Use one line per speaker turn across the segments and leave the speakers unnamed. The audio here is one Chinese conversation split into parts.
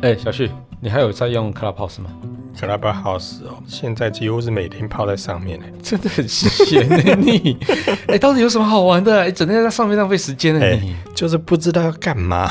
哎、小旭，你还有在用 Clubhouse 吗？
Clubhouse 哦，现在几乎是每天泡在上面欸嘞。
真的很闲呢、你。哎、到底有什么好玩的、哎，整天在上面浪费时间呢、
哎
你。
就是不知道要干嘛。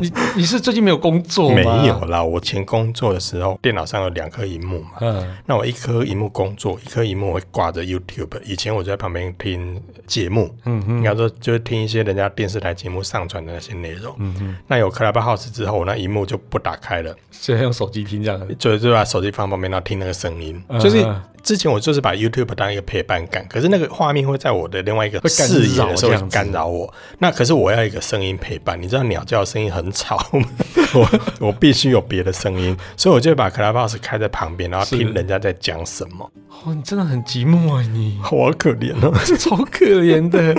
你你是最近没有工作吗？
没有。啦，我以前工作的时候，电脑上有两颗荧幕嘛。
嗯，
那我一颗荧幕工作，一颗荧幕我会挂着 YouTube。以前我就在旁边听节目，嗯应该说就是听一些人家电视台节目上传的那些内容。嗯那有 Clubhouse 之后，我那荧幕就不打开了，
现在用手机听这样。
就就把手机放旁边，然后听那个声音。
嗯
就是
嗯
之前我就是把 YouTube 当一个陪伴感，可是那个画面会在我的另外一个
会干扰
视野的时
这
候
样
会
子
干扰我。那可是我要一个声音陪伴，你知道鸟叫的声音 很吵吗，我我必须有别的声音，所以我就把 Clubhouse 开在旁边，然后
是
听人家在讲什么。
哦，你真的很寂寞啊、你
好可怜哦。
超可怜的。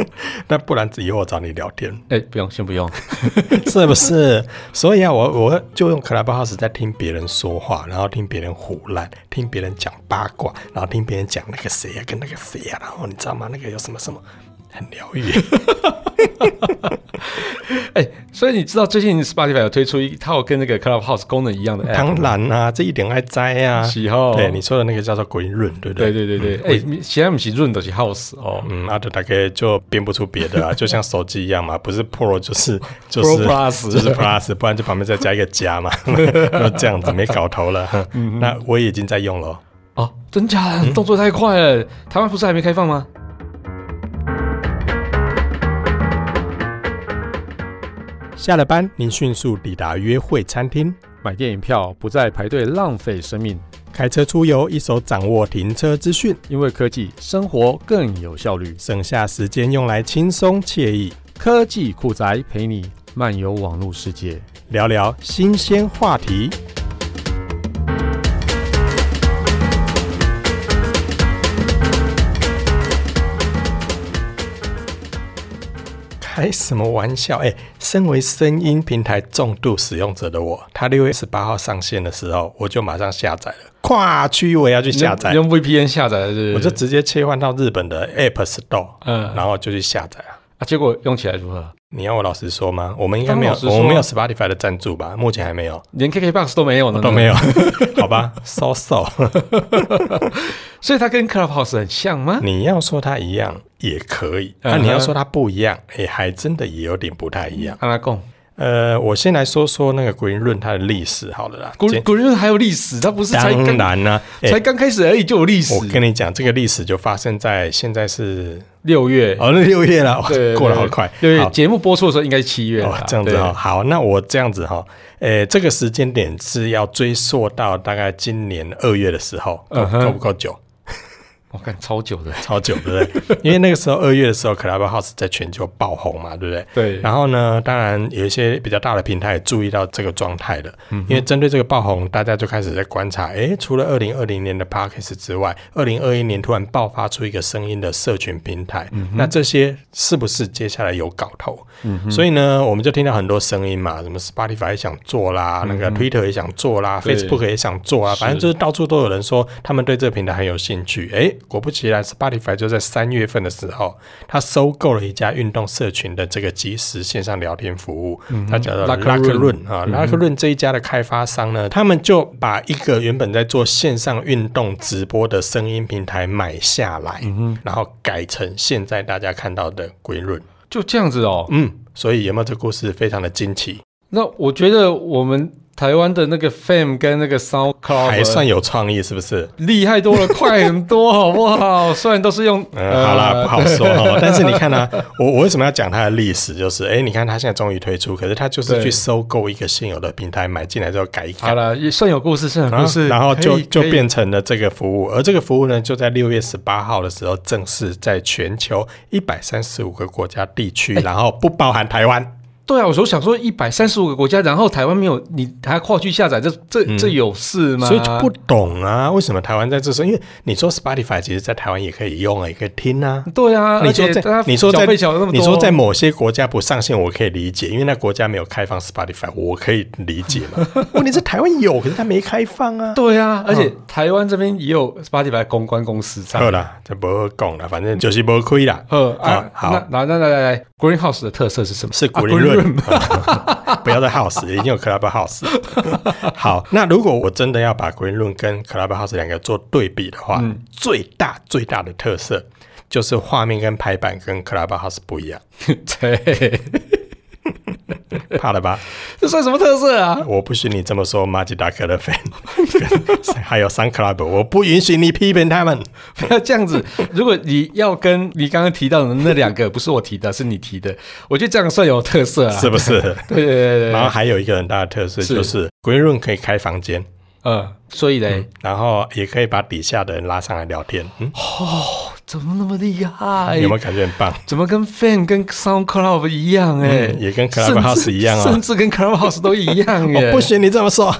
那不然以后我找你聊天，
哎、不用，先不用。
是不是？所以啊，我我就用 Clubhouse 在听别人说话，然后听别人胡乱，听别人讲八卦，然后听别人讲那个谁啊跟那个谁啊，然后你知道吗？那个有什么什么，很疗 愈。
哎、所以你知道最近 Spotify 有推出一套跟那个 Clubhouse 功能一样的 app
当然啦、这一点爱摘啊。
喜好
对你说的那个叫做 Green Room，对不
哦对
对？
对对对，哎、你现在不是润都是 House 哦。
嗯，阿德大概就编不出别 的啊，就像手机一样嘛，不是 Pro 就是就是
Pro Plus
就是 Plus，不然就旁边再加一个加嘛， 就这样子没搞头了。
嗯
那我也已经在用了哦。
哦，真假
嗯
的？动作太快了！台湾不是还没开放吗？
下了班，您迅速抵达约会餐厅，
买电影票不再排队浪费生命，
开车出游，一手掌握停车资讯，
因为科技生活更有效率。
省下时间用来轻松惬意
科技酷宅陪你漫游网络世界。
聊聊新鲜话题。开什么玩笑？哎、身为声音平台重度使用者的我，它六月十八号上线的时候，我就马上下载了，跨区我也要去下载
你。用你用 VPN 下载的是
我就直接切换到日本的 App Store，
嗯
然后就去下载啊。
啊，结果用起来如何？
你要我老实说吗？我们应该没
当然老
有，
实说啊
我们没有 Spotify 的赞助吧？目前还没有，
连 KKBox 都没有呢，
都没有。， 好吧，so so。
所以它跟 Clubhouse 很像吗？
你要说它一样也可以，
嗯
那、
哼
你要说它不一样，哎、还真的也有点不太一样。
阿拉贡
呃，我先来说说那个 Green Run 它的历史好了啦。
古
简
古人还有历史，它不是才
当
刚
然啦、哎
才刚开始而已就有历史。
我跟你讲，这个历史就发生在现在是
六月，
哦，那六月了，哇
对对对
过得好快。
六月
好
节目播出的时候应该是七月啦
哦，这样子
对
哈、好，那我这样子哈、诶、这个时间点是要追溯到大概今年二月的时候，够、
嗯哼
够不够久？
我看超久的，
超久，对不 对？因为那个时候二月的时候，Clubhouse 在全球爆红嘛，对不对？
对
然后呢，当然有一些比较大的平台也注意到这个状态了，
嗯
因为针对这个爆红，大家就开始在观察，诶，除了二零二零年的 Podcast 之外，二零二一年突然爆发出一个声音的社群平台，
嗯
那这些是不是接下来有搞头？所以呢，我们就听到很多声音嘛，什么 Spotify 也想做啦，那个 Twitter 也想做啦
嗯对
，Facebook 也想做啊，反正就是到处都有人说他们对这个平台很有兴趣。诶，果不其然，Spotify 就在三月份的时候，他收购了一家运动社群的这个即时线上聊天服务，它叫做
Locker
Locker Room 啊，Locker Room 这一家的开发商呢，他们就把一个原本在做线上运动直播的声音平台买下来，然后改成现在大家看到的 Green Room。
就这样子哦。
嗯，所以有没有这故事非常的惊奇，
那我觉得我们台湾的那个 Fam 跟那个 SoundCloud
还算有创意，是不是？
厉害多了，快很多，好不好？ 虽然都是用，
嗯，好
呃
啦，不好 说哦。但是你看呢、我我为什么要讲它的历史？就是，哎、你看它现在终于推出，可是它就是
对
去收购一个现有的平台，买进来之后改一改
呃好，了，也算有故事，算有
然
故
后
事，
啊然后
可以
就就
可以
变成了这个服务，而这个服务呢，就在六月十八号的时候正式在全球一百三十五个国家地
哎
区，然后不包含台湾。
对啊。我说想说一百三十五个国家，然后台湾没有，你还跨区下载，这这、这有事吗？
嗯所以就不懂啊，为什么台湾在这时候？因为你说 Spotify 其实在台湾也可以用啊，也可以听啊。
对啊。
你说
而且大
在
家
你说
小
在
费小了那么多，哦
你说在某些国家不上线，我可以理解，因为那国家没有开放 Spotify，我可以理解 嘛。问题是台湾有，可是它没开放啊。
对啊，而且台湾这边也有 Spotify 公关公司在。
好啦，这不好讲啦，反正就是不亏啦。
呃
啊
啊，
好
那那那来来来，Greenhouse 的特色是什么？
是
啊
Green Room
Room，
不要再 House，已经有 Clubhouse 了。 好，那如果我真的要把 Green Room 跟 Clubhouse 两个做对比的话，
嗯
最大最大的特色就是画面跟排版跟 Clubhouse 不一样，
对，
怕了吧？
这算什么特色啊？
我不许你这么说，马吉达克的 fan，跟还有 Sun Club，我不允许你批评他们。
不要这样子。如果你要跟你刚刚提到的那两个，不是我提的， 是你提的，我觉得这样算有特色啊。
是不是？
对对对对对，
然后还有一个很大的特色
是
就是 Green Room 可以开房间，
嗯，所以嘞，
然后也可以把底下的人拉上来聊天。嗯，
怎么那么厉害？
有没有感觉很 棒？
怎么跟 Fan 跟 SoundCloud 一样哎、
嗯也跟 Clubhouse
甚至
一样哦
甚至跟 Clubhouse 都一 样哎、
我不许你这么说。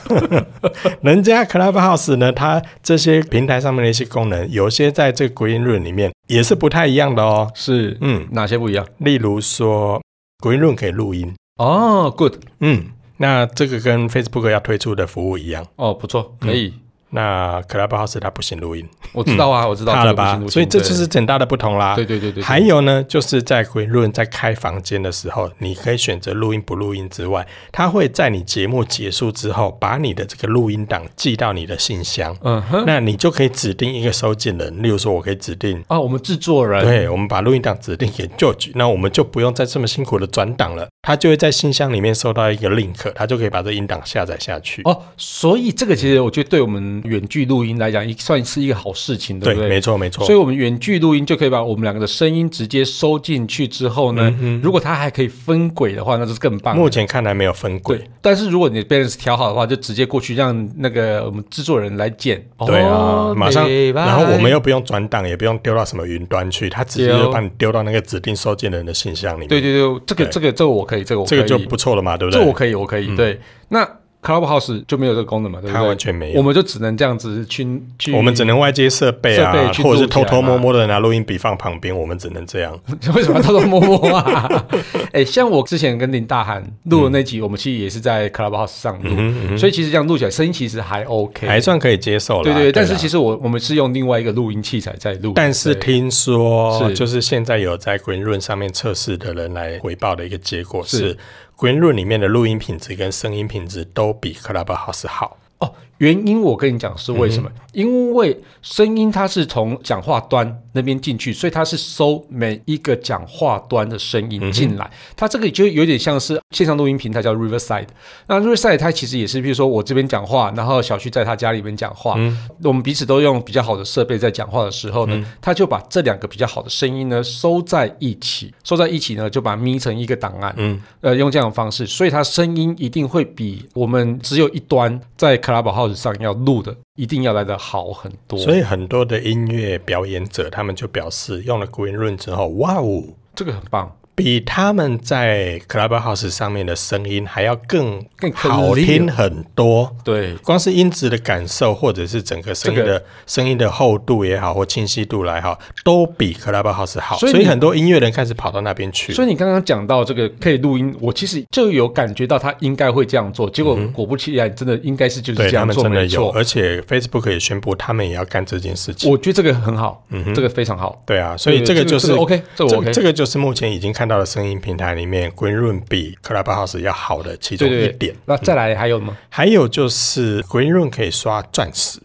人家 Clubhouse 呢，它这些平台上面的一些功能，有些在这个 Green Room 里面也是不太一样的哦。
是
嗯，
哪些不一样？
例如说 Green Room 可以录音，
哦，Good，
嗯，那这个跟 Facebook 要推出的服务一样。
哦，不错，
嗯
可以，
那 Clubhouse 它不行录音，
我知道啊，我知道，
嗯怕了
这个不
吧
行？不行
所以这
对
就是很大的不同啦。
对对对对，对
还有呢，就是在回论在开房间的时候，你可以选择录音不录音之外，它会在你节目结束之后，把你的这个录音档寄到你的信箱，
嗯哼，
那你就可以指定一个收件人，例如说，我可以指定。
啊，我们制作人，
对，我们把录音档指定给 George，那我们就不用再这么辛苦的转档了，他就会在信箱里面收到一个 link，他就可以把这音档下载下去。
哦，所以这个其实我觉得对我们远距录音来讲，也算是一个好事情，
对
不对？
没错没错
所以，。我们远距录音就可以把我们两个的声音直接收进去之后呢，
嗯
如果它还可以分轨的话，那就是更棒了。
目前看来没有分轨，
对，但是如果你的 balance 调好的话，就直接过去让那个我们制作人来剪。
对啊
哦，
马上，
美吧
然后我们又不用转档，也不用丢到什么云端去，它直接
对哦
就把你丢到那个指定收件人的信箱里面。
对对对，这个
对
这个这个我可以，这个我可
这
以
个就不错了嘛，对不
这
对
我？可以，我可以。对，那 Clubhouse 就没有这个功能嘛，对不
它
对
完？全没
我
有，
们就只能这样子去去，
我们只能外接设备啊
设备，去
或者是
录起来嘛
偷偷摸摸的拿录音笔放旁边，我们只能这样。
为什么要偷偷摸摸啊？ 哎、像我之前跟林大涵录的那集，我们其实也是在 Clubhouse 上
嗯
录，所以其实这样录起来声音其实还 OK，
还算可以接受了。
对对对。但是
啦
其实我我们是用另外一个录音器材在录，
但是
对
听说，
是
就是现在有在 Green Run 上面测试的人来回报的一个结果
是
是，Green Run 里面的录音品质跟声音品质都比 Clubhouse 好。
哦，原因我跟你讲是为
嗯
什么？因为声音它是从讲话端那边进去，所以它是收每一个讲话端的声
嗯
音进来。它这个就有点像是线上录音平台叫 Riverside。那 Riverside 它其实也是，比如说我这边讲话，然后小旭在他家里面讲话，
嗯
我们彼此都用比较好的设备在讲话的时候呢，他就把这两个比较好的声音呢收在一起，收在一起呢就把它咪成一个档案。
嗯，
呃，用这样的方式，所以它声音一定会比我们只有一端在 Clubhouse 上要录的，一定要来的好很多。
所以很多的音乐表演者，他们就表示用了 Green Room 之后，哇哦，
这个很棒，
比他们在 Clubhouse 上面的声音还要更
更
好
clear
听很多。
对，
光是音质的感受，或者是整个声音的、
这
声音的厚度也好，或清晰度来好，都比 Clubhouse 好。
所
所
以
以
你
很多音乐人开始跑到那边去。
所以你刚刚讲到这个可以录音，我其实就有感觉到他应该会这样做，结果果不其然，真的应该是就是
嗯对
这
他
样
们
做，
真的
没错。
有，而且 Facebook 也宣布他们也要干这件事情。
我觉得这个很好，这个非常好，
对啊，嗯所以
对
这个就是
这个 OK，这个我 OK
这个就是目前已经看到的声音平台里面 Green Room 比 Clubhouse 要好的其中
对
一
对
点。
对。那再来还有吗？
还有就是 Green Room 可以刷钻石，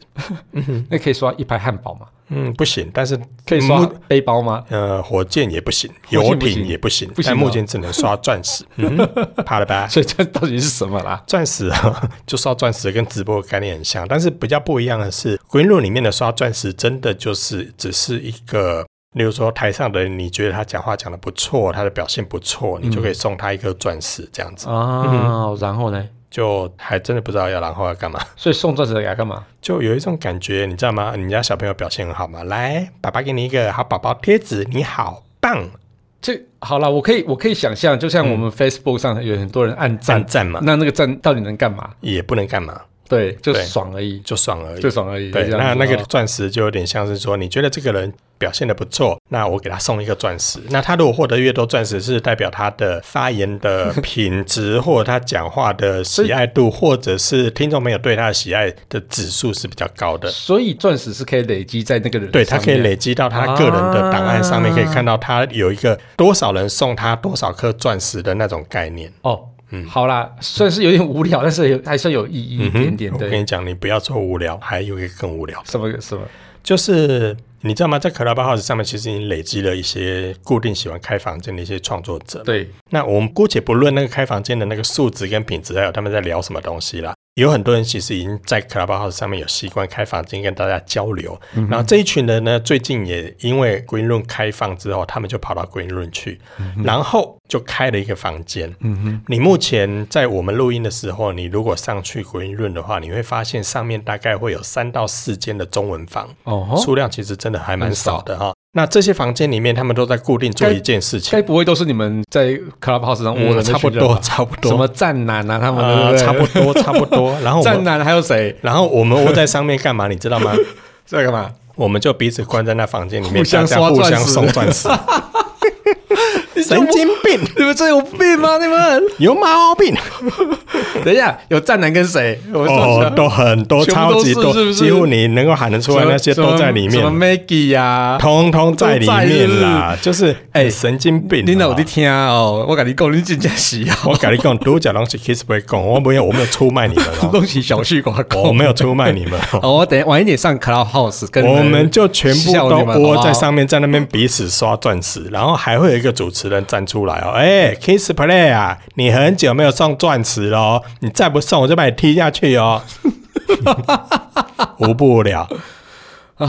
那可以刷一排汉堡吗？
嗯，不行，但是
可以刷
目
背包 吗？
呃，火箭也不行，
火
游
箭不行
艇也不行，
不行
但
吗
目前只能刷钻 石，嗯哼，怕了吧？
所以这到底是什么啦？
钻石啊，就刷钻石跟直播的概念很像，但是比较不一样的是，Green Room 里面的刷钻石真的就是只是一个，例如说台上的人，你觉得他讲话讲的不错，他的表现不错，你
嗯
就可以送他一颗钻石这样子，嗯
啊，然后呢？
就还真的不知道要然后要干嘛。
所以送钻石给他干嘛？
就有一种感觉，你知道吗？你家小朋友表现很好嘛，来，爸爸给你一个好宝宝贴纸，你好棒，
这好了，我可以我可以想象，就像我们 Facebook 上有很多人按赞
嗯赞，赞嘛，
那那个赞到底能干嘛？
也不能干嘛，
对，就
对
爽而已，
就爽而已
就。爽而已。
对，
就这
那
样子
那个
哦
钻石就有点像是说，你觉得这个人表现的不错，那我给他送一个钻石。那他如果获得越多钻石，是代表他的发言的品质，或者他讲话的喜爱度，或者是听众朋友对他的喜爱的指数是比较高的。
所以钻石是可以累积在那个人，
对，他可以。累积到他个人的档案上面，
啊
可以看到他有一个多少人送他多少颗钻石的那种概念。
哦，
嗯
好啦，虽然是有点无聊，但是有还算有意义一点点。
我跟
对
你，讲，你不要做无聊，还有一个更无聊。
什么什么，
就是你知道吗？在 Clubhouse 上面，其实已经累积了一些固定喜欢开房间的一些创作者。
对，
那我们姑且不论那个开房间的那个素质跟品质，还有他们在聊什么东西啦。有很多人其实已经在 Clubhouse 上面有习惯开房间跟大家交流，
嗯
然后这一群人呢，最近也因为 Green Room 开放之后，他们就跑到 Green Room 去，
嗯
然后就开了一个房间。你目前在我们录音的时候，你如果上去 Green Room 的话，你会发现上面大概会有三到四间的中文房，
哦吼，
数量其实真的还蛮少的哈。那这些房间里面，他们都在固定做一件事情
该。不会都是你们在 Clubhouse 上窝的那群
嗯差不
人吧
多，差不多，
什么战男啊，他们对
呃，
对
差不多， 差不多。然后我
战
们，
男还有谁
然后我们窝在上面干嘛？你知道吗？
在干嘛？
我们就彼此关在那房间里面，
互相
大家
刷
互
钻
相
石
送钻 石。神经病，
你们这有病吗？你们
有毛病！
等一下，有战男跟谁？我说
哦，都很多，
全部
超
都是
级多，
是不是
几乎你能够喊得出来那些都在里
什么
面，啊
Maggie 呀？
通通在里面啦。就是哎，神经病！
你哪有
好不
在
好
听哦？我跟你讲，你真正是啊，
我跟你讲，独角龙是 kiss 不会讲，我没有，我没有出卖你们哦，
东西小旭瓜
我没有出卖你们哦。
哦，我等晚一点上 Clubhouse 跟呃
我们就全部
笑
都
你们
窝在上面，在那边彼此刷钻石，然后还会有一个主持人站出来哦，哎、k
嗯
i s s Play 啊，你很久没有送钻石喽，你再不送我就把你踢下去哦， 无不了，
好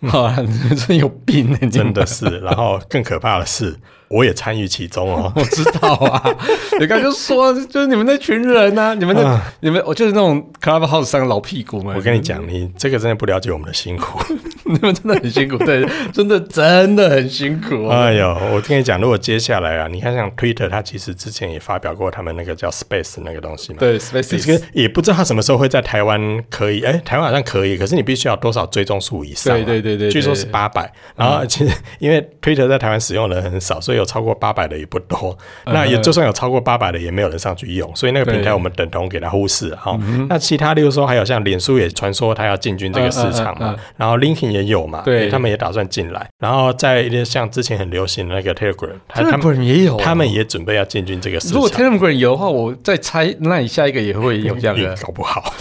不好，好啊你们真有病呢，你们
真的是。然后更可怕的是，我也参与其中哦。
我知道啊，你刚才就说就是你们那群人啊，你们那、你们我就是那种 Clubhouse 上的老屁股们，
嗯我跟你讲，你这个真的不了解我们的辛苦。
你们真的很辛苦，对，真的真的很辛苦啊。
哎呦，我跟你讲，如果接下来啊，你看像 Twitter，它其实之前也发表过他们那个叫 Space 那个东西嘛，
对
这
，Space，
个也不知道他什么时候会在台湾可以，哎、台湾好像可以，可是你必须要多少追踪数以上啊、
对对对对对嗯
据说是八百。然后其实因为 Twitter 在台湾使用的人很少，所以有超过八百的也不多。
嗯
那也就算有超过八百的，也没有人上去用，所以那个平台
对
我们等同给它忽视哈、
嗯
那其他例如说还有像脸书也传说它要进军这个市场
嗯
嘛，
嗯嗯嗯
然后 LinkedIn 也有嘛，
对
他们也打算进来。然后在一些像之前很流行的那个 Telegram，他他们
Telegram 也有啊
他们也准备要进军这个市场。
如果 Telegram 有的话，我再猜，那你下一个也会有这样
也
的。
搞不好。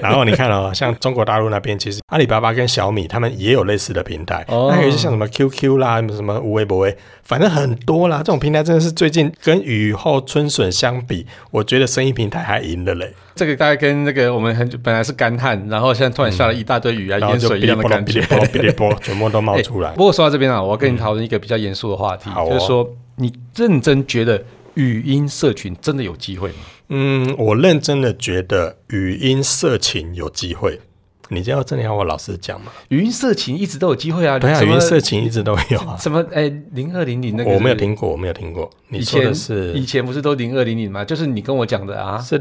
然后你看哦，像中国大陆那边，其实阿里巴巴跟小米他们也有类似的平台，
哦
那有一些像什么 QQ 啦，什么什么无微不微，反正很多啦。这种平台真的是最近跟雨后春笋相比，我觉得生意平台还赢了嘞。
这个大概跟那个我们很久本来是干旱，然后现在突然下了一大堆雨啊，
然后
淹
就
水一
哔哩
样的
啵啦
感
哔哩
觉。
啵啦哔哩啵啦，全部都冒出来嗯
不。过说到这边啊，我要跟你讨论一个比较严肃的话题，
好哦
就是说你认真觉得语音社群真的有机会吗？
嗯，我认真的觉得语音色情有机会。你这要真的要我老实讲吗？
语音社群一直都有机会啊，
对啊，
什
语
么
音色情一直都有啊。
什么哎零二零零那个
我没有
是
听过，我没有听过。你
以
说的
前
是
以前不是都零二零零吗？就是你跟我讲的啊。
是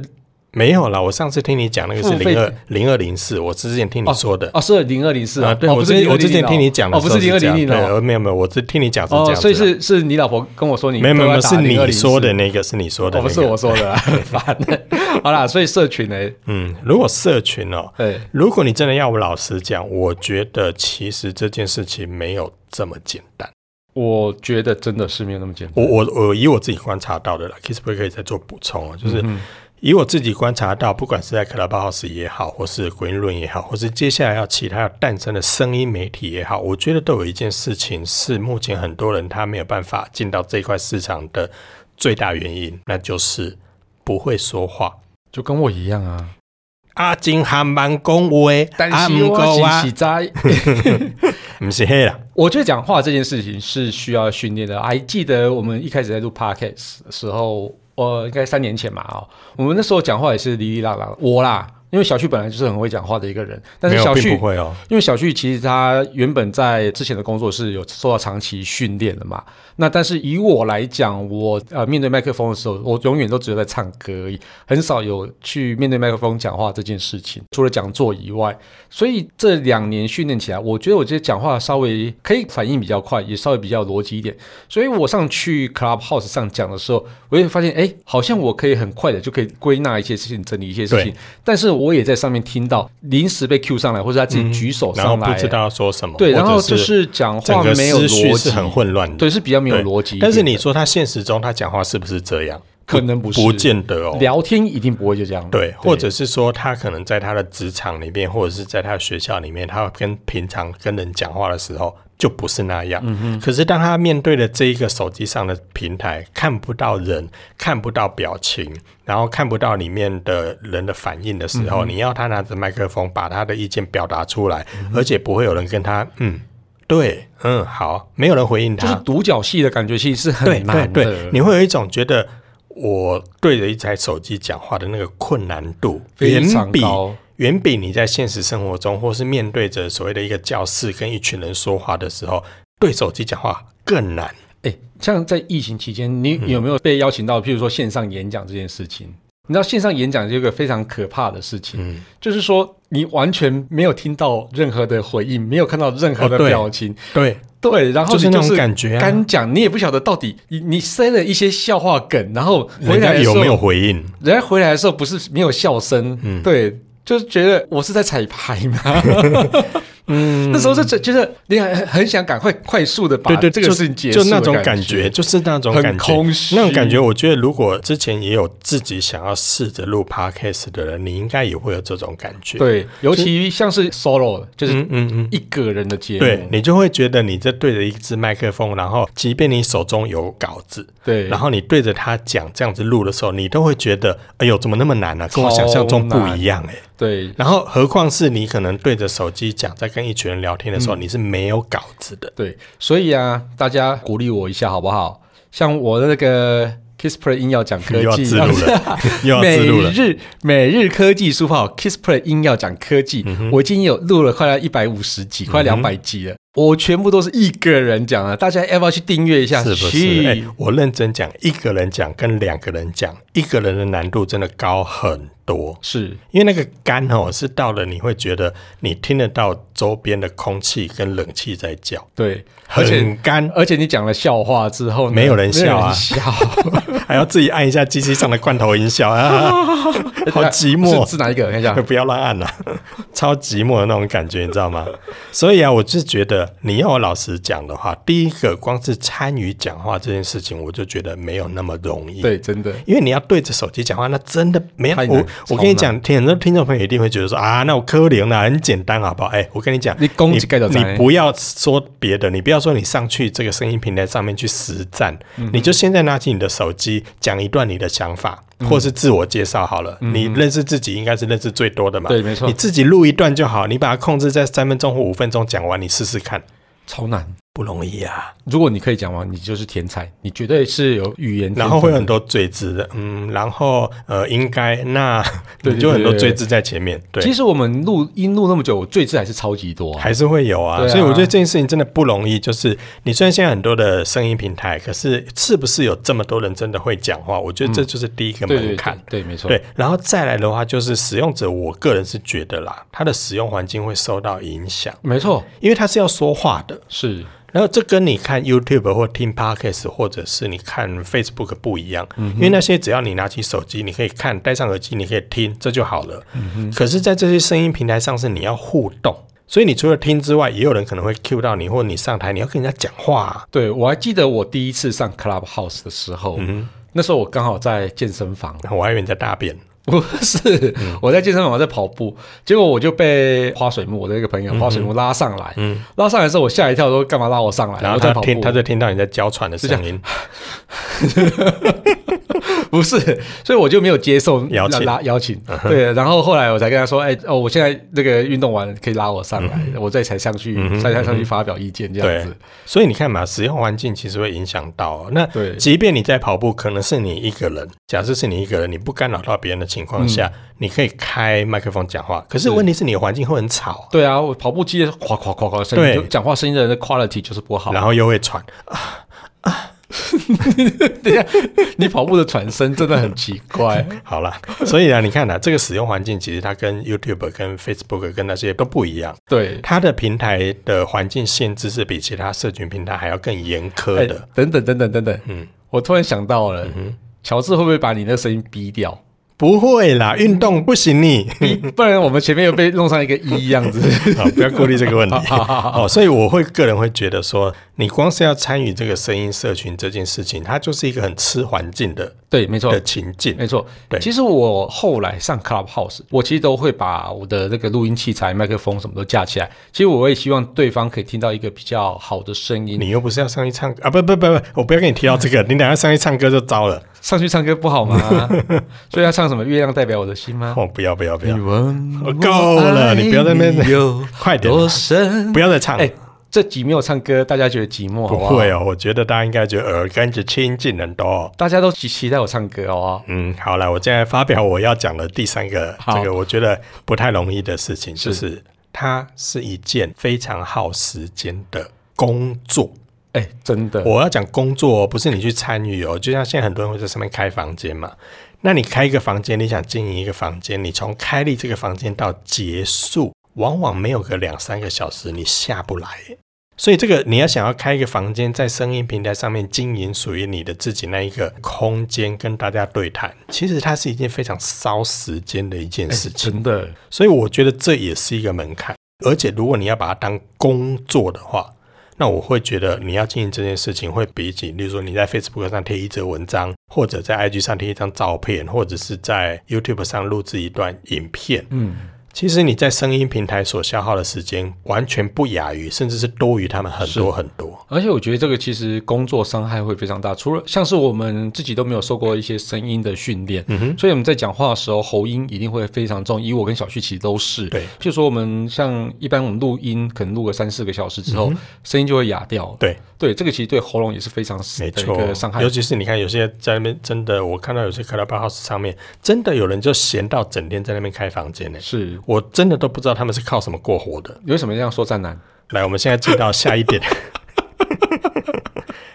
没有啦，我上次听你讲那个是
付费
零二零二零四，我之前听你说的。
哦，是零二零四
啊，对，
哦、
我
不是
之前我之前
0200
听你讲的
哦，不是零二
这
零
样
零
对，
哦，
我没有没有，我是听你讲是这样
哦，
子
所以
的
是是你老婆跟我说你
没有没有没有
对
是
我打
你
0204
说的，那个是你说的
哦，
那
不
个，
是我说 的、啊，很烦。 好啦，所以社群呢、哎
嗯，如果社群哦，
对，
如果你真的要我老实讲，我觉得其实这件事情没有这么简单。
我觉得真的是没有那么简单。
我我我以我自己观察到的啦，Kissboy 可以再做补充哦，就是
嗯
以我自己观察到，不管是在 Clubhouse 也好，或是鬼论也好，或是接下来要其他要诞生的声音媒体也好，我觉得都有一件事情是目前很多人他没有办法进到这块市场的最大原因，那就是不会说话。
就跟我一样啊，
阿金韩蛮恭维，
但
阿
是
姆够
我
啊
是喜，在。
不是黑啦，
我觉得讲话这件事情是需要训练的。还记得我们一开始在录 podcast 的时候，呃，应该三年前嘛，哦，我们那时候讲话也是哩哩啦啦，我啦，因为小旭本来就是很会讲话的一个人，但
没
是
有，
小
并
旭
不会哦。
因为小旭其实他原本在之前的工作是有受到长期训练的嘛，那但是以我来讲，我呃面对麦克风的时候，我永远都只有在唱歌而已，很少有去面对麦克风讲话这件事情，除了讲座以外，所以这两年训练起来，我觉得我这讲话稍微可以反应比较快，也稍微比较有逻辑一点，所以我上去 Clubhouse 上讲的时候，我也发现，哎，好像我可以很快的就可以归纳一些事情，整理一些事情
对，
但是我也在上面听到临时被 Q 上来，或者他自己举手
然后
上来，
不知道说什么，
对，然
或
后
者
就是讲
整
话
个
没有
思绪
逻
是
辑，
很混乱的。
对，是比较没有
对
逻辑一点的。
但是你说他现实中他讲话是不是这样？
可能不是
不见得哦。
聊天一定不会就这样，
对，或者是说他可能在他的职场里面，或者是在他的学校里面，他跟平常跟人讲话的时候就不是那样。
嗯
可是当他面对了这一个手机上的平台，看不到人，看不到表情，然后看不到里面的人的反应的时
嗯
候，你要他拿着麦克风把他的意见表达出来，而且不会有人跟他嗯。对，嗯，好，没有人回应他，
就是独角戏的感觉，其实是
对
很难
对对
的，。
你会有一种觉得我对着一台手机讲话的那个困难度，
非常
远比
高
远比你在现实生活中，或是面对着所谓的一个教室跟一群人说话的时候，对手机讲话更难。
哎，像在疫情期间，
嗯
你有没有被邀请到，譬如说线上演讲这件事情？你知道线上演讲是一个非常可怕的事情，
嗯，
就是说你完全没有听到任何的回应，没有看到任何
哦
的
对
表情，
对，
对，然后
就是
你
那
就是
种感觉啊
干讲，你也不晓得到底你你塞了一些笑话梗，然后回
人家
来的时
有
候
没有回应？
人家回来的时候不是没有笑声，
嗯
对，就是觉得我是在彩排 嘛。嗯，那时候就觉觉得你很很想赶快快速的把
对对，
这个
就
事情结束
就
的
那种感
觉
觉，，就是那种
很
感觉，
空虚
那种感觉。我觉得如果之前也有自己想要试着录 podcast 的人，你应该也会有这种感觉。，
对，尤其像是 solo，就是
嗯嗯嗯，
一个人的节目，
对你就会觉得你这对着一支麦克风，然后即便你手中有稿子，
对，
然后你对着它讲这样子录的时候，你都会觉得，哎呦，怎么那么难呢、跟我想象中不一样哎、
对
然后何况是你可能对着手机讲，在跟一群人聊天的时候，
嗯
你是没有稿子的。
对，所以啊，大家鼓励我一下好不好？像我的那个 Kissplay 音要讲科
又要
技，
自录 了，又要
每
自录了。
日每日科技书报 Kissplay 音要讲科技，
嗯
我已经有录了快要一百五十集，快两百集了。我全部都是一个人讲啊的，大家要不要去订阅一下？
是不是？
去
哎、我认真讲，一个人讲跟两个人讲，一个人的难度真的高很多。
是
因为那个干哦，是到了你会觉得你听得到周边的空气跟冷气在叫，
对，而且
很干，
而且你讲了笑话之后呢，
没有人笑啊
没有人笑
还要自己按一下机器上的罐头音 效啊，好寂寞，
是。是哪啊一个？我看一下
不要乱按了、啊 超寂寞的那种感觉，你知道吗？所以啊，我是觉得你要我老实讲的话，第一个光是参与讲话这件事情，我就觉得没有那么容易。
对，真的
因为你要对着手机讲话，那真的没有
太难
我。我跟
超
你
难
讲，听很多听众朋友一定会觉得说啊，那我科零啦，很简单，好不好？哎、我跟你讲，
你攻击盖到
你
在
不要说别的，你不要说你上去这个声音平台上面去实战，
嗯
你就现在拿起你的手机讲一段你的想法。
嗯
或是自我介绍好了，你认识自己应该是认识最多的嘛？
对没错
你自己录一段就好，你把它控制在三分钟或五分钟讲完，你试试看，
超难。
不容易啊。
如果你可以讲完，你就是天才，你绝对是有语言天分的，
然后会有很多罪字的，嗯，然后呃，应该那
对对
你就很多
对对
罪字在前面，对，
其实我们录音录那么久，我罪字还是超级多啊。
还是会有啊。
对啊
所以我觉得这件事情真的不容易，就是你虽然现在很多的声音平台，可是是不是有这么多人真的会讲话？我觉得这就是第一个
对对
门槛。
嗯对，对没错。
对，然后再来的话，就是使用者，我个人是觉得啦，他的使用环境会受到影响，
没错，
因为他是要说话的，
是
然后这跟你看 YouTube 或听 Podcast 或者是你看 Facebook 不一样，
嗯
因为那些只要你拿起手机，你可以看，戴上耳机，你可以听，这就好了。
嗯
可是，在这些声音平台上是你要互动，所以你除了听之外，也有人可能会 cue 到你，或者你上台你要跟人家讲话啊、
对。我还记得我第一次上 Clubhouse 的时候，
嗯
那时候我刚好在健身房，
我还以为你在大便，
不是、我在健身房在跑步，结果我就被花水木我的一个
嗯
朋友花水木拉上来，拉上来之后我吓一跳，说干嘛哎拉我上来？
然后
我在
他
跑步，
听，他就听到你在娇喘的声音，
不是，所以我就没有接受
邀请嗯
拉拉邀请。对，然后后来我才跟他说，哎、哦，我现在那个运动完了可以拉我上来，
嗯
我再才上去，才才上去发表意见这样
对
子。，
所以你看嘛，使用环境其实会影响到哦、那
对
即便你在跑步，可能是你一个人，假设是你一个人，你不干扰到别人的情况下，
嗯
你可以开麦克风讲话。可是问题是你的环境会很吵，
对啊，我跑步机的哗哗哗哗声音，
对
就讲话声音的人的 quality 就是不好。
然后又 会喘。
等一下，你跑步的喘声真的很奇 怪。
好啦，所以啊，你看啊，这个使用环境其实它跟 YouTube、跟 Facebook、跟那些都不一样，
对，
它的平台的环境限制是比其他社群平台还要更严苛的。
哎等等等等等等，
嗯
我突然想到了，乔治会不会把你那声音逼 掉？
不会啦，运动不行你。
不然我们前面又被弄上一个一样子。。
好，不要顾虑这个问题
好好好
哦，所以我会个人会觉得说，你光是要参与这个声音社群这件事情，它就是一个很吃环境的
对，没错
的，情境
没。错。
对
其实我后来上 Clubhouse，我其实都会把我的那个录音器材、麦克风什么都架起来。其实我也希望对方可以听到一个比较好的声音。
你又不是要上去唱歌啊？不不不不，我不要跟你提到这个，你等下上去唱歌就糟了。
上去唱歌不 好吗？所以要唱什么？月亮代表我的心吗？
哦，不要不要不
哎
要，
问
我够了你不要在那边快 点
多深？
不要再唱。
哎、这集没有唱歌，大家觉得寂寞好
不
好
会哦，我觉得大家应该觉得耳根子清净很多哦。
大家都期期待我唱歌哦。
嗯，好了，我现在发表我要讲的第三个，
好
这个我觉得不太容易的事情，就是它是一件非常耗时间的工作。
哎、真的，
我要讲工作哦，不是你去参与哦。就像现在很多人会在上面开房间嘛，那你开一个房间，你想经营一个房间，你从开立这个房间到结束，往往没有个两三个小时，你下不来。所以这个你要想要开一个房间，在声音平台上面经营属于你的自己那一个空间，跟大家对谈，其实它是一件非常烧时间的一件
哎
事情。
真的，
所以我觉得这也是一个门槛。而且如果你要把它当工作的话，那我会觉得你要经营这件事情，会比起，例如说你在 Facebook 上贴一则文章，或者在 IG 上贴一张照片，或者是在 YouTube 上录制一段影片，
嗯，
其实你在声音平台所消耗的时间，完全不亚于，甚至是多于他们很多很多。
而且我觉得这个其实工作伤害会非常大，除了像是我们自己都没有受过一些声音的训练，
嗯哼，
所以我们在讲话的时候喉音一定会非常重。以我跟小旭其实都是，
对
譬如说我们像一般我们录音，可能录个三四个小时之后，声音就会哑掉了。
嗯对，
对，这个其实对喉咙也是非常
没
的一
错
个伤害
尤。其是你看，有些在那边真的，我看到有些 Clubhouse 上面，真的有人就闲到整天在那边开房间呢、
是，
我真的都不知道他们是靠什么过活的。
你为什么这样说战男？
来，我们现在进到下一 点。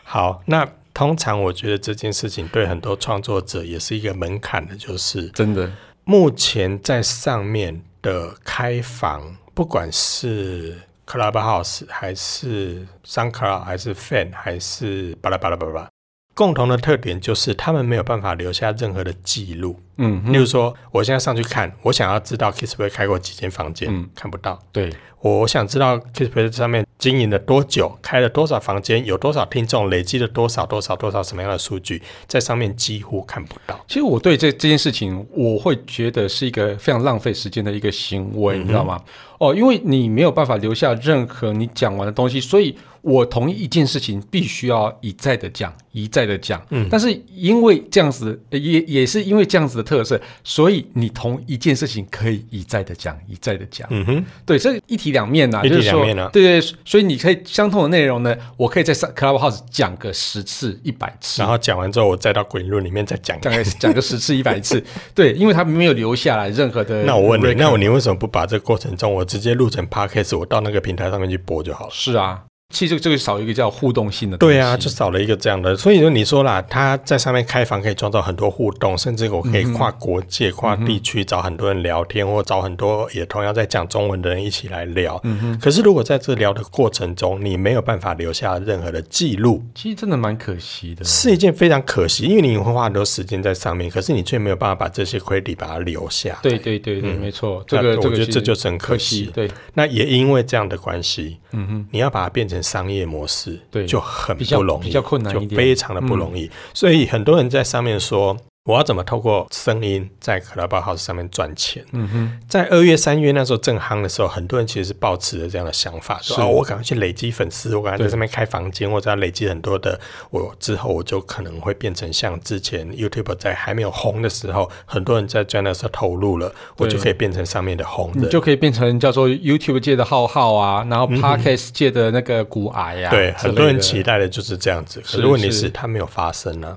好，那通常我觉得这件事情对很多创作者也是一个门槛的，就是
真的，
目前在上面的开房，不管是 Clubhouse 还是 SoundCloud 还是 Fan 还是巴拉巴拉巴拉巴拉，共同的特点就是他们没有办法留下任何的记录。
嗯哼，
例如说，我现在上去看，我想要知道 Kissplay 开过几间房间，
嗯
看不到。
对，
我想知道 Kissplay 上面经营了多久，开了多少房间，有多少听众，累积了多少多少多少什么样的数据，在上面几乎看不到。
其实我对这这件事情，我会觉得是一个非常浪费时间的一个行为，你知道吗？哦，因为你没有办法留下任何你讲完的东西，所以我同意一件事情必须要一再的讲，一再的讲。嗯，但是因为这样子，呃也也是因为这样子的特色，所以你同一件事情可以一再的讲，一再的讲。
嗯哼，
对，这一体两面呐、
一体
就是说
两面啊
对对，对所以你可以相同的内容呢，我可以在上 Clubhouse 讲个十次、一百次，
然后讲完之后，我再到滚论里面再讲。
讲个讲个十次一百次，对，因为他没有留下来任何的 record。
那我问你，那我你为什么不把这个过程中，我直接录成 podcast，我到那个平台上面去播就好了？
是啊，其实这个这个少一个叫互动性的东西。
对啊，就少了一个这样的。所以说，你说啦，他在上面开房可以创造很多互动，甚至我可以
嗯
跨国界、跨地区找很多人聊天，或找很多也同样在讲中文的人一起来聊。
嗯
可是如果在这聊的过程中，你没有办法留下任何的记录，
其实真的蛮可惜的。
是一件非常可惜，因为你会花很多时间在上面，可是你却没有办法把这些 credit 把它留下。
对对对对，没错，这
嗯那
个
我
这个
觉得
其
这
实
就是很
可
可惜
对，
那也因为这样的关系，嗯哼，你要把它变成商业模式，
对
就很
比较
不容易，
比较困难一点嗯
就非常的不容易。所以很多人在上面说，我要怎么透过声音在 Clubhouse 上面赚钱？嗯哼，在二月、三月那时候正夯的时候，很多人其实是抱持着这样的想法，说
是
哦，我赶快去累积粉丝，我赶快在
对
上面开房间，或者要累积很多的，我之后我就可能会变成像之前 YouTube 在还没有红的时候，很多人在专的时候投入了，我
对
就可以变成上面的红
你
人。
就可以变成叫做 YouTube 界的浩浩啊，然后 Podcast 界的那个骨癌啊，
嗯对，
之类的
很多人期待的就是这样子。可
是
是问题是，
是
它没有发生呢、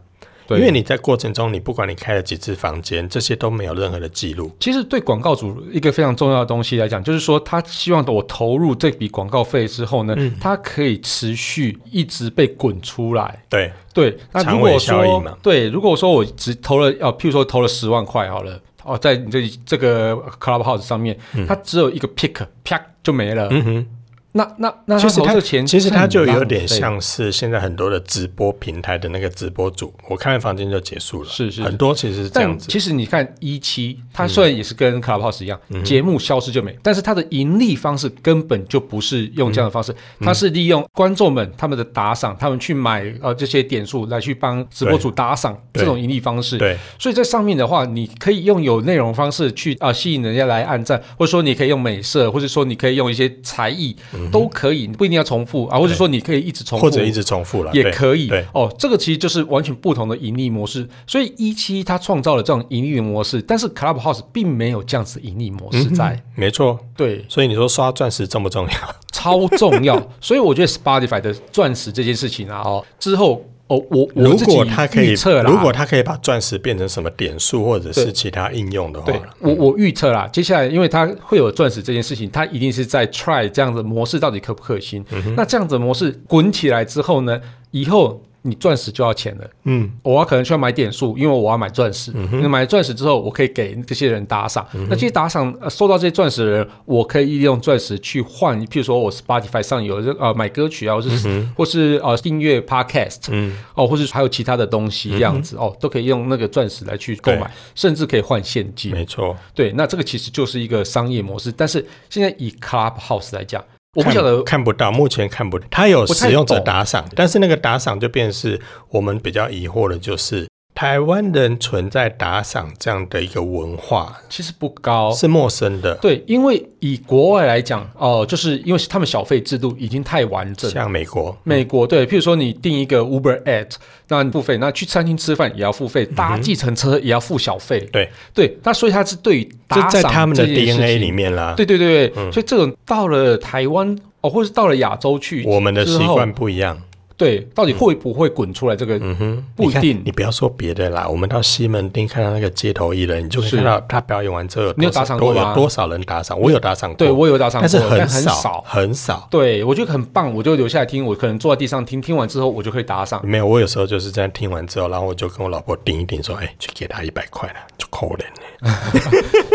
因
对
为你在过程中，你不管你开了几次房间，这些都没有任何的记录。
其实对广告主一个非常重要的东西来讲，就是说他希望我投入这笔广告费之后呢，
嗯
它可以持续一直被滚出来。
对，
对，那
长
如
尾
果
效应嘛
说对，如果说我只投了哦，譬如说投了十万块好了，哦，在你这里这个呃 Clubhouse 上面，它只有一个 pick，啪就没了。
嗯哼。
那那那
其实
投这
它
个钱，
其实它就有点，像是现在很多的直播平台的那个直播主，我开完房间就结束了。
是是
很多其实是这样
但
子。嗯
其实你看一期，它虽然也是跟 Clubhouse 一样，节目消失就没，但是它的盈利方式根本就不是用这样的
嗯
方式，它是利用观众们他们的打赏，他们去买呃这些点数来去帮直播主打赏
嗯对
这种盈利方式。
对，
所以在上面的话，你可以用有内容方式去啊、呃吸引人家来按赞，或者说你可以用美色，或者说你可以用一些才艺，都可以，你不一定要重复啊，或者说你可以一直重复，
嗯或者一直重复了
也
啊对
可以
对，
哦，这个其实就是完全不同的盈利模式。所以一期它创造了这种盈利模式，但是 Clubhouse 并没有这样子的盈利模式在，
没错。
对，
所以你说刷钻石重不重要？
超重要。所以我觉得 Spotify 的钻石这件事情啊，哦，之后哦，我 我
如
自己
果它可以
预测，啦，
如果它可以把钻石变成什么点数或者是
对
其他应用的话
对，我我预测啦，接下来因为它会有钻石这件事情，它一定是在 try 这样的模式到底可不可行。
嗯
那这样子的模式滚起来之后呢，以后你钻石就要钱了。
嗯，
我要可能需要买点数，因为我要买钻石。那买钻石之后，我可以给这些人打赏。
嗯
那这些打赏、呃、收到这些钻石的人，我可以利用钻石去换，譬如说我 Spotify 上有这呃买歌曲啊，或
嗯
是、或是呃订阅 Podcast，嗯，哦，或是还有其他的东西这样子、哦，都可以用那个钻石来去购
嗯对
买，甚至可以换现金。
没错。
对，那这个其实就是一个商业模式，但是现在以 Clubhouse 来讲，我不晓得
看看不到，目前看不到。它有
不太
使用者
懂
打赏，但是那个打赏就变成是我们比较疑惑的，就是台湾人存在打赏这样的一个文化
其实不高。
是陌生的，
对，因为以国外来讲，哦、就是因为他们小费制度已经太完整了。
像美国。
美国对，譬如说你订一个 Uber at，那你付费，那去餐厅吃饭也要付费，
嗯
搭计程车也要付小费。
对，
对，那所以它是对于
这
打赏
在他们的
这件事
DNA
情
里面嗯啦。
对对对对，所以这种到了台湾哦，或是到了亚洲去之后，
我们的习惯不一样。
对，到底会不会滚出来这个？
嗯哼，
不一定
你看你不要说别的啦，我们到西门町看到那个街头艺人，你就可以
是
看到他表演完之后，
你有
多少
打赏过
多
吗
有多少人打赏？我有打赏过，
对我有打赏
哦
过，
但是
但
很
很
少，很少。
对，我觉得很棒，我就留下来听。我可能坐在地上听，听完之后我就可以打赏。
啊没有，我有时候就是这样听完之后，然后我就跟我老婆顶一顶，说：“哎、去给他一百块了，就扣人了。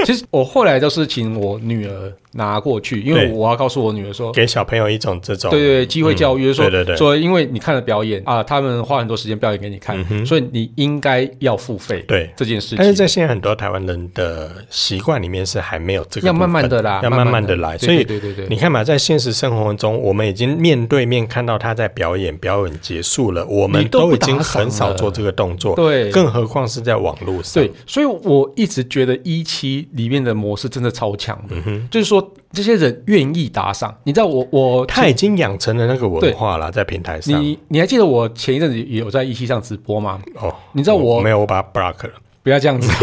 其实我后来就是请我女儿拿过去，因为
对
我要告诉我女儿说，
给小朋友一种这种
对对对，机会教育，
嗯
说
对对对
说，因为你看了表演啊，他们花很多时间表演给你看，所以你应该要付费。
嗯对
这件事
但是
情，
在现在很多台湾人的习惯里面是还没有这个
要
部分
慢慢地啦
要慢
慢慢
慢的
地
来。
对
所以
对对对对
你看嘛，在现实生活中，我们已经面对面看到他在表演，表演结束了，我们
你都不
已经
打赏
很少
了
做这个动作，
对
更何况是在网络上。
对，所以我一直觉得一期里面的模式真的超强
嗯
的，就是说这些人愿意打赏。你知道我我
他已经养成了那个文
对
化了，在平台上。
你你还记得我前一阵子也有在一期上直播吗？
哦，
你知道我
没有，我把他 block 了。
不要这样子。啊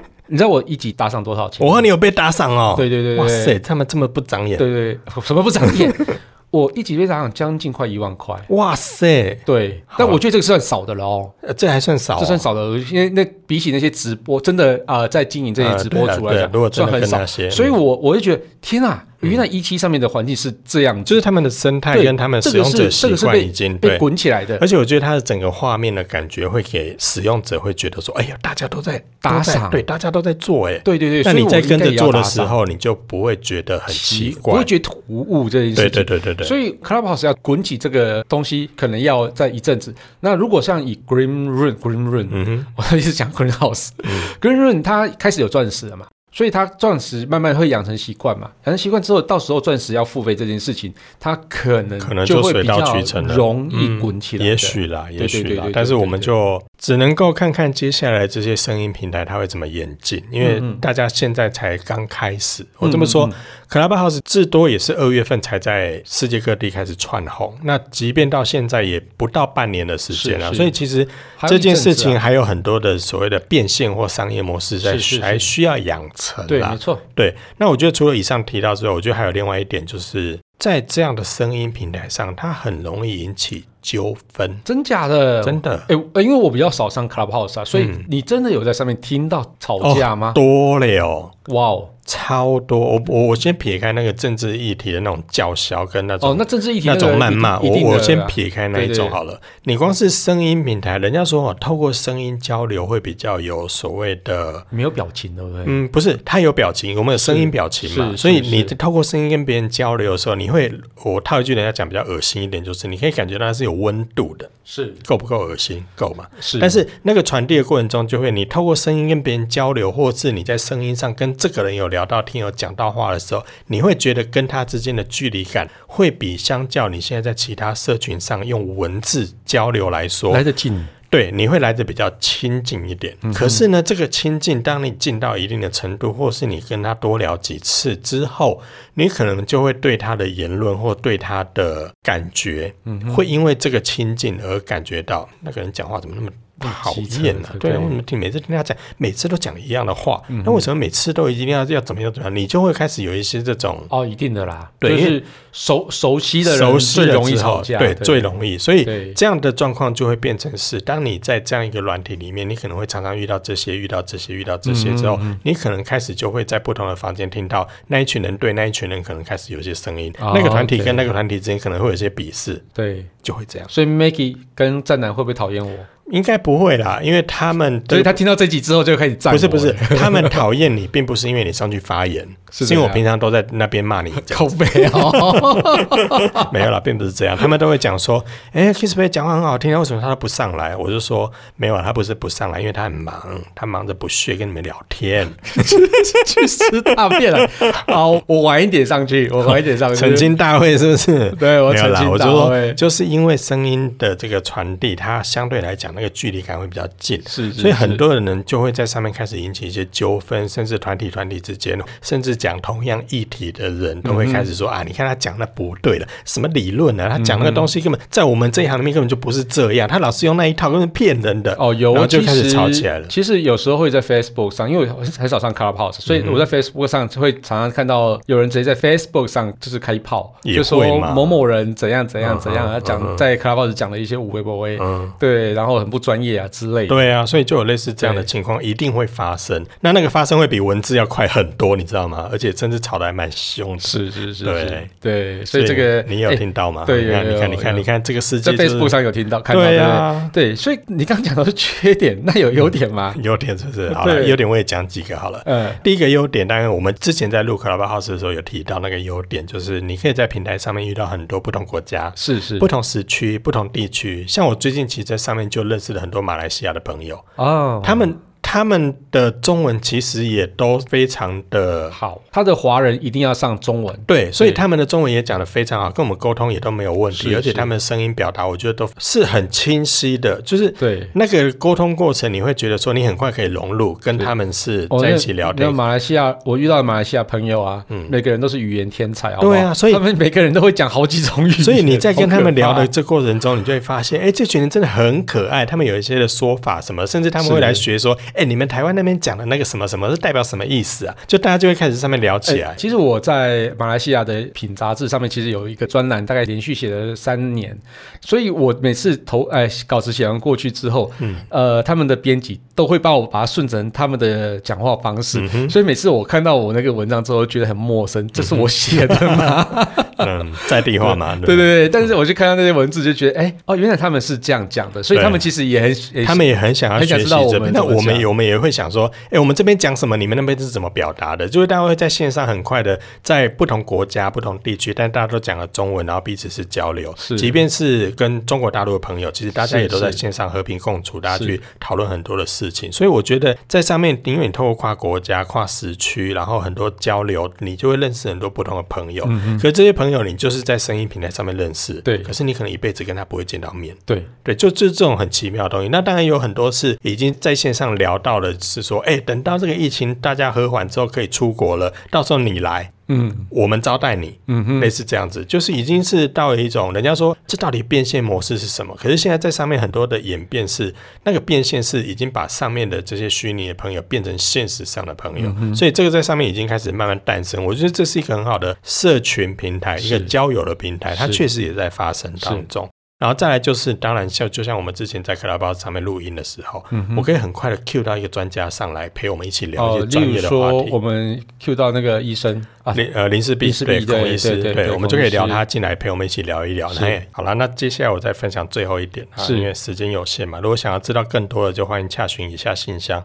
你知道我一集打赏多少钱？
我和你有被打赏哦。
对对对对
哇塞，他们这么不长眼。
对对对，什么不长眼？ 我一集被打赏将近快一万块。
哇塞，
对
好，啊
但我觉得这个算少的了哦，
呃这还算少、
这算少的，因为那比起那些直播，真的啊，呃在经营这些直播主
呃对啊
来
对啊如果
讲，
真
算很
的跟
少
那。些，
所以我我就觉得，天啊，原来一期上面的环境是这样子，
就是他们的生态
对
跟他们
这
使
个
用
是
者
这
习
个是
惯
被
已经
被
对。
滚起来的
而且我觉得它的整个画面的感觉会给使用者会觉得说，哎呀，大家都在
打
都在
赏
对，大家都在做，哎，
对对对
那
所以
你在
我应
跟
该
着
也要
做的
打
时
赏
候，你就不会觉得很奇
我
怪
会，觉得突兀这件事情。
对对对对对。
所以 Clubhouse 要滚起这个东西，可能要在一阵子。那如果像以 Green Room Green Room，、
嗯哼，
我一直讲 Green House，Green Room 它开始有钻石了嘛？所以它钻石慢慢会养成习惯嘛，养成习惯之后，到时候钻石要付费这件事情，它可能
可能
就
就
会
水
比
到
较
渠成了嗯
容易滚起来、
也，许啦，
对
也许
对对
啦
对，
但是
对
我
对
们
对
就只能够看看接下来这些声音平台它会怎么演进，因为
嗯嗯
大家现在才刚开始。我这
嗯
么
嗯
说
嗯
，Clubhouse 至多也是二月份才在世界各地开始窜红，那即便到现在也不到半年的时间
是
了，
是
所以其实
还有
这
一
件
阵子啊
事情还有很多的所谓的变现或商业模式在
是是是
还需要养成
对，
啦
没。错，
对，那我觉得除了以上提到之外，我觉得还有另外一点，就是在这样的声音平台上，它很容易引起纠纷，
真假的，
真的。
哎、呃因为我比较少上 Clubhouse 啊，所以
嗯
你真的有在上面听到吵架吗？
多了哦，
哇哦，
超多。我我我先撇开那个政治议题的那种叫嚣跟那种、
哦，那政治议题
那
个
种谩
一定
骂，
一定
我我
的
先
啦
撇开那一
对对
种
对
好了。你光是声音平台，人家说哦，透过声音交流会比较有所谓的。
没有表情，对不对？
嗯，不是，它有表情，我们有声音表情嘛，
是
所以
是
你
是
透过声音跟别人交流的时候，你会，我套一句人家讲比较恶心一点，就是你可以感觉到它是有温度的，
是
够不够恶心？够嘛？
是，
但是那个传递的过程中，就会你透过声音跟别人交流，或是你在声音上跟这个人有聊到天、有讲到话的时候，你会觉得跟他之间的距离感会比相较你现在在其他社群上用文字交流来说，
来得近，
对，你会来的比较亲近一点。可是呢，这个亲近，当你近到一定的程度，或是你跟他多聊几次之后，你可能就会对他的言论或对他的感觉，会因为这个亲近而感觉到那个人讲话怎么那么。讨厌啊！对啊，为什么听每次听他讲，每次都讲一样的话？那为什么每次都一定要要怎么样怎么样？你就会开始有一些这种
哦，一定的啦，
对
就
因
是熟熟悉的人
熟悉
最
了
容易
之后
吵架，
对，最容易。所以
对
这样的状况就会变成是，当你在这样一个软体里面，你可能会常常遇到这些、遇到这些、遇到这
嗯
些之后，你可能开始就会在不同的房间听到那一群人对那一群人可能开始有一些声音，
哦
那个团体跟
OK
那个团体之间可能会有一些鄙视，
对。
就会这样。
所以 Maggie 跟战男会不会讨厌我？
应该不会啦，因为他们
所
对
以他听到这集之后就开始赞我。
不是不是，他们讨厌你，并不是因为你上去发言，
是
因为我
怎样
平常都在那边骂你这
靠
样
背哦，
没有啦，并不是这样，他们都会讲说，哎、k i s s Bay 讲话很好听啊，为什么他都不上来？我就说没有啊，他不是不上来，因为他很忙，他忙着不屑跟你们聊天。
去吃大便了。好，我晚一点上去，我晚一点 上去。
澄清大会是不是？
对我
没有啦，
澄
我
清
就
大会
说就是因为声音的这个传递，它相对来讲那个距离感会比较近，
是，是
所以很
是
多人就会在上面开始引起一些纠纷，甚至团体团体之间，甚至讲同样议题的人都会开始说、啊，你看他讲的不对了，什么理论啊，他讲那个东西根本在我们这一行里面根本就不是这样，他老是用那一套根本骗人的。
哦，有，
然后
我
就
其
开始
实
吵起来了
其实有时候会在 Facebook 上，因为我很少上 Clubhouse，所以
嗯
我在 Facebook 上会常常看到有人直接在 Facebook 上就是开炮，
也
就说
会嘛
某某人怎样怎样怎样，
嗯嗯
他
嗯
讲在 Clubhouse 讲了一些无微不微，对，然后很不专业啊之类的。
对啊，所以就有类似这样的情况一定会发生。那那个发生会比文字要快很多，你知道吗？而且甚至吵得还蛮凶的。
是是是，
对
是对，所以这个
你有
哎
听到吗？
对
你看，
有有
你看，你
有
看，你看，这个世
在
界就是
Facebook 上有听到看到，
对
对
啊
不对对，所以你刚刚讲到是缺点，那有优点吗？
优点是 不是？好了，
对
优点我也讲几个好了。
嗯
第一个优点，当然我们之前在录 Clubhouse 的时候有提到那个优点，就是你可以在平台上面遇到很多不同国家、
是是
不同时区、不同地区。像我最近其实在上面就认识了很多马来西亚的朋友，
哦，
他们他们的中文其实也都非常的。
好，他的华人一定要上中文，
对，所以
对
他们的中文也讲得非常好，跟我们沟通也都没有问题，
是
而且
是
他们的声音表达，我觉得都是很清晰的，就是
对。
那个沟通过程，你会觉得说你很快可以融入，跟他们是
哦
在
那
一起聊天嗯
那。马来西亚，我遇到的马来西亚朋友啊，每个人都是语言天才，好不好
对啊所以
他们每个人都会讲好几种语言。
所以你在跟他们聊的
好可
这过程中，你就会发现，哎、这群人真的很可爱。他们有一些的说法，什么，甚至他们会来学说，哎、你们台湾那边讲的那个什么什么是代表什么意思啊？就大家就会开始上面聊
怕
起来。
哎其实我在马来西亚的品杂志上面，其实有一个专栏，大概连续写了三年，所以我每次投哎稿子写完过去之后，
嗯
呃，他们的编辑都会帮我把它顺成他们的讲话
嗯
方式，所以每次我看到我那个文章之后，觉得很陌生，这是我写的吗？
嗯，在地化嘛，
哎 对对对，但是我就看到那些文字，就觉得，哎，哦，原来他们是这样讲的，所以
对
他们其实也很，也
他们也很想要
很想
学习
知道我
这边，
们
那
怎么
我们
讲
也我们也会想说，哎、我们这边讲什么，你们那边是怎么表达的？就是大家会在线上很快的，在不同国家、不同地区，但大家都讲了中文，然后彼此是交流。
是
即便是跟中国大陆的朋友，其实大家
是
也都在
是
线上和平共处，大家
是
去讨论很多的事情。所以我觉得在上面，因为你透过跨国家、跨时区，然后很多交流，你就会认识很多不同的朋友。可是这些朋友，你就是在声音平台上面认识，
嗯对
可是你可能一辈子跟他不会见到面。
对
对，就就这种很奇妙的东西。那当然有很多是已经在线上聊到了，是说，哎，等到这个疫情大家和缓之后可以出国了，到时候你来，
嗯
我们招待你，
嗯哼，
类似这样子，就是已经是到了一种人家说这到底变现模式是什么？可是现在在上面很多的演变是那个变现是已经把上面的这些虚拟的朋友变成现实上的朋
嗯
友，所以这个在上面已经开始慢慢诞生。我觉得这是一个很好的社群平台，一个交友的平台，它
是
确实也在发生当中。然后再来就是，当然像就像我们之前在 Clubhouse 上面录音的时候，
嗯
我可以很快的 cue 到一个专家上来陪我们一起聊
哦
一些，
例
专
如
业的话
说
题。
我们 Q 到那个医生啊，
林呃林世斌
林世
对
璧对
孔医师，
对对对
我们就可以
孔医师
聊他进来陪我们一起聊一聊。
是
那好了，那接下来我再分享最后一点啊，
是
因为时间有限嘛，如果想要知道更多的，就欢迎洽询一下信箱。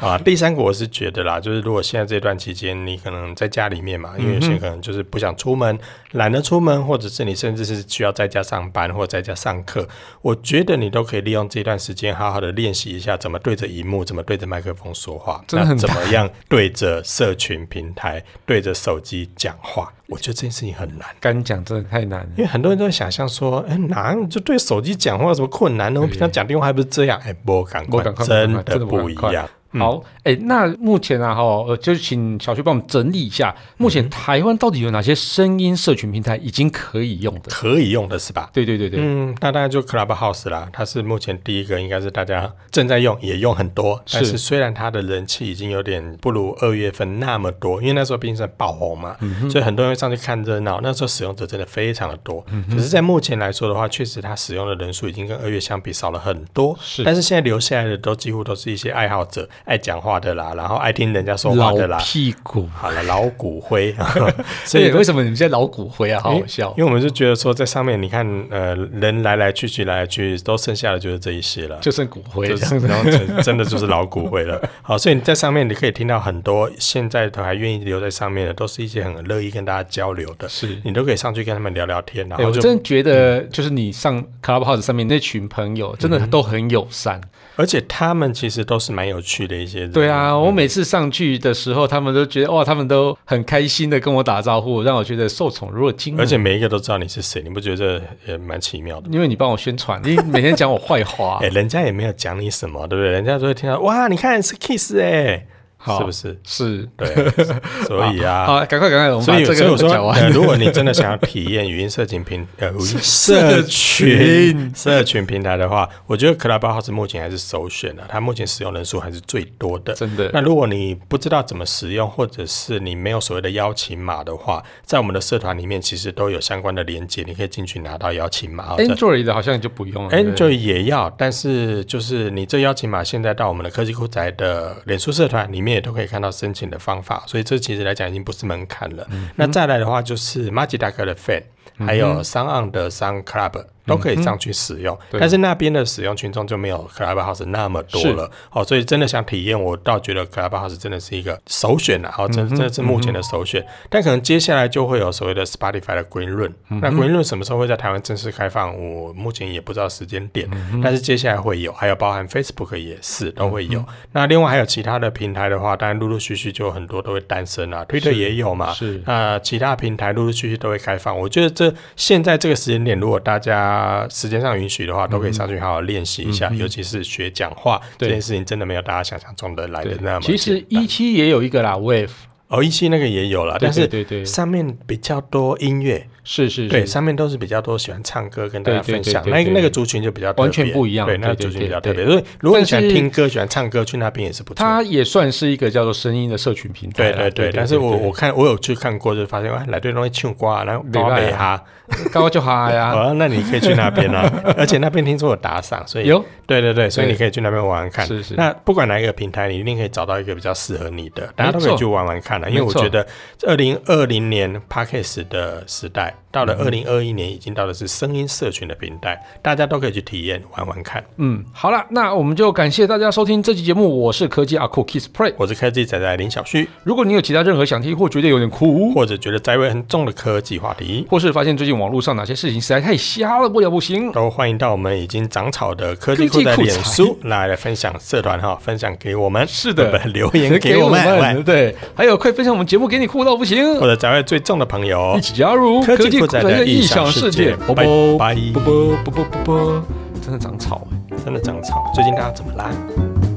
啊，第三个我是觉得啦，就是如果现在这段期间你可能在家里面嘛，
嗯
因为有些人可能就是不想出门，懒得出门，或者是你甚至是需要在家上班或者在家上课，我觉得你都可以利用这段时间好好的练习一下怎么对着荧幕，怎么对着麦克风说话，
真的很
那怎么样对着社群平台、对着手机讲话。我觉得这件事情很难。
干讲真的太难了
因。为很多人都会想象说，哎、哪有就对手机讲话有什么困难呢？我们平常讲电话还不是这样？哎、不赶快，
不赶快
真
不赶快
的
真的不
不
赶
一
快
样。
好，哎、那目前啊，哈，呃，就请小旭帮我们整理一下，目
嗯
前台湾到底有哪些声音社群平台已经可以用的？
可以用的是吧？
对对对对，
嗯，那大概就 Clubhouse 啦，它是目前第一个，应该是大家正在用，也用很多。但是
是
虽然它的人气已经有点不如二月份那么多，因为那时候毕竟是爆红嘛，
嗯
所以很多人会上去看热闹。那时候使用者真的非常的多，
嗯
可是，在目前来说的话，确实它使用的人数已经跟二月相比少了很多。
是
但是现在留下来的都几乎都是一些爱好者，爱讲话的啦，然后爱听人家说话的啦
老。屁股，
好了，老 骨灰， 所
所
以
以为什么你们现在老骨灰啊？好
因
好
为
笑。
因为我们就觉得说，在上面你看，呃，人来来去去，来来去，去，都剩下的就是这一 些了。
就剩骨灰
就
这
是
样，
然后真真的就是老骨灰了。好，所以你在上面你可以听到很多现在都还愿意留在上面的，都是一些很乐意跟大家交流的，
是
你都可以上去跟他们聊聊天，然
哎、
后
我
就嗯
真的觉得，就是你上 Clubhouse 上面那群朋友，真的都很友善。
而且他们其实都是蛮有趣的一些人。
对啊，我每次上去的时候，他们都觉得哇，他们都很开心的跟我打招呼，让我觉得受宠若惊啊。
而且每一个都知道你是谁，你不觉得这也呃蛮奇妙的吗？
因为你帮我宣传，你每天讲我坏话、
哎、人家也没有讲你什么，对不对？人家都会听到哇，你看是 kiss 哎、
好
是不是？
是，
对， 所以啊，
好，赶快赶快，我们
所
把
以，
这
所以
个
我说，
讲完。
呃如果你真的想要体验语音社群平 呃语音
社
社群
群
社群平台的话，我觉得 Clubhouse 目前还是首选的、它目前使用人数还是最多 的。
真的
那如果你不知道怎么使用，或者是你没有所谓的邀请码的话，在我们的社团里面其实都有相关的连接，你可以进去拿到邀请码。或者
Android 的好像就不用了
Android 哎也要，但是就是你这邀请码现在到我们的科技酷宅的脸书社团里面也都可以看到申请的方法，所以这其实来讲已经不是门槛了。那再来的话就是马吉大哥的 Fan，、还有商岸的商 Club 都可以上去使用，
对
但是那边的使用群众就没有 Clubhouse 那么多了。哦，所以真的想体验，我倒觉得 Clubhouse 真的是一个首选啊，哦，真真的是目前的首选。但可能接下来就会有所谓的 Spotify 的 Green Run，、那 Green Run 什么时候会在台湾正式开放，我目前也不知道时间点，但是接下来会有，还有包含 Facebook 也是都会有。那另外还有其他的平台的话，当然陆陆续续就有很多都会诞生啊，Twitter 也有嘛，
是
那其他平台陆陆续续都会开放。我觉得这现在这个时间点，如果大家时间上允许的话，都可以上去好好练习一下，尤其是学讲话这
嗯对
件事情，真的没有大家想象中的来的
对
那么简单。
其实一期也有一个啦，Wave
哦，一期那个也有啦，
对
但是
对对对
上面比较多音乐，
是是
对，
是，
上面都是比较多喜欢唱歌跟大家
对对
分享，
对对
那
对
那个族群就比较特
完全
别
不一样
对，那个
对对
族群比
对
较
对
特别。所以如果你喜欢
但是
听歌、喜欢唱歌，去那边也是不错的。
它也算是一个叫做声音的社群平台
对
啦。
对对，但是我我看我有去看过，就发现啊，来对东西唱歌啊，然后高
没
北
办
哈，
刚刚就哈呀，
哦，那你可以去那边 啊，而且那边听说有打赏，所以
有
对对对，所以你可以去那边玩玩看。
是是
那不管哪一个平台，你一定可以找到一个比较适合你的，大家都可以去玩玩看看啊了，因为
没
我
错
觉得二零二零年 Podcast 的时代，到
嗯
了二零二一年已经到的是声音社群的平台，大家都可以去体验玩玩看。
嗯，好了，那我们就感谢大家收听这期节目，我是科技阿酷 Kiss Play。
我是科技仔仔林小旭，
如果你有其他任何想听或觉得有点酷，
或者觉得在位很重的科技话题，
或是发现最近网络上哪些事情实在太瞎了，不了不行，
都欢迎到我们已经长草的科技库的
科技
脸
库仔
书来来分享社团哈，分享给我们，
是的
不不留言给 我们，喂
对，还有快分享我们节目给你酷到不行
或，者在位最重的朋友
一，起加入
科技酷
仔
宅
的
的
异
异
想
想
世
世
界
界，
啵啵
拜拜
啵啵啵啵啵啵，真的长草哎，
真的长草，最近大家怎么啦？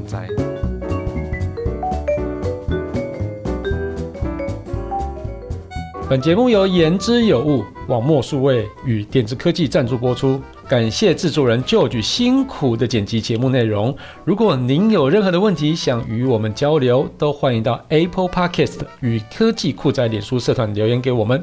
在。本节目由言之有物、网墨数位与点子科技赞助播出，感谢制作人 George 辛苦的剪辑节目内容。如果您有任何的问题想与我们交流，都欢迎到 Apple Podcast 与科技酷宅脸书社团留言给我们。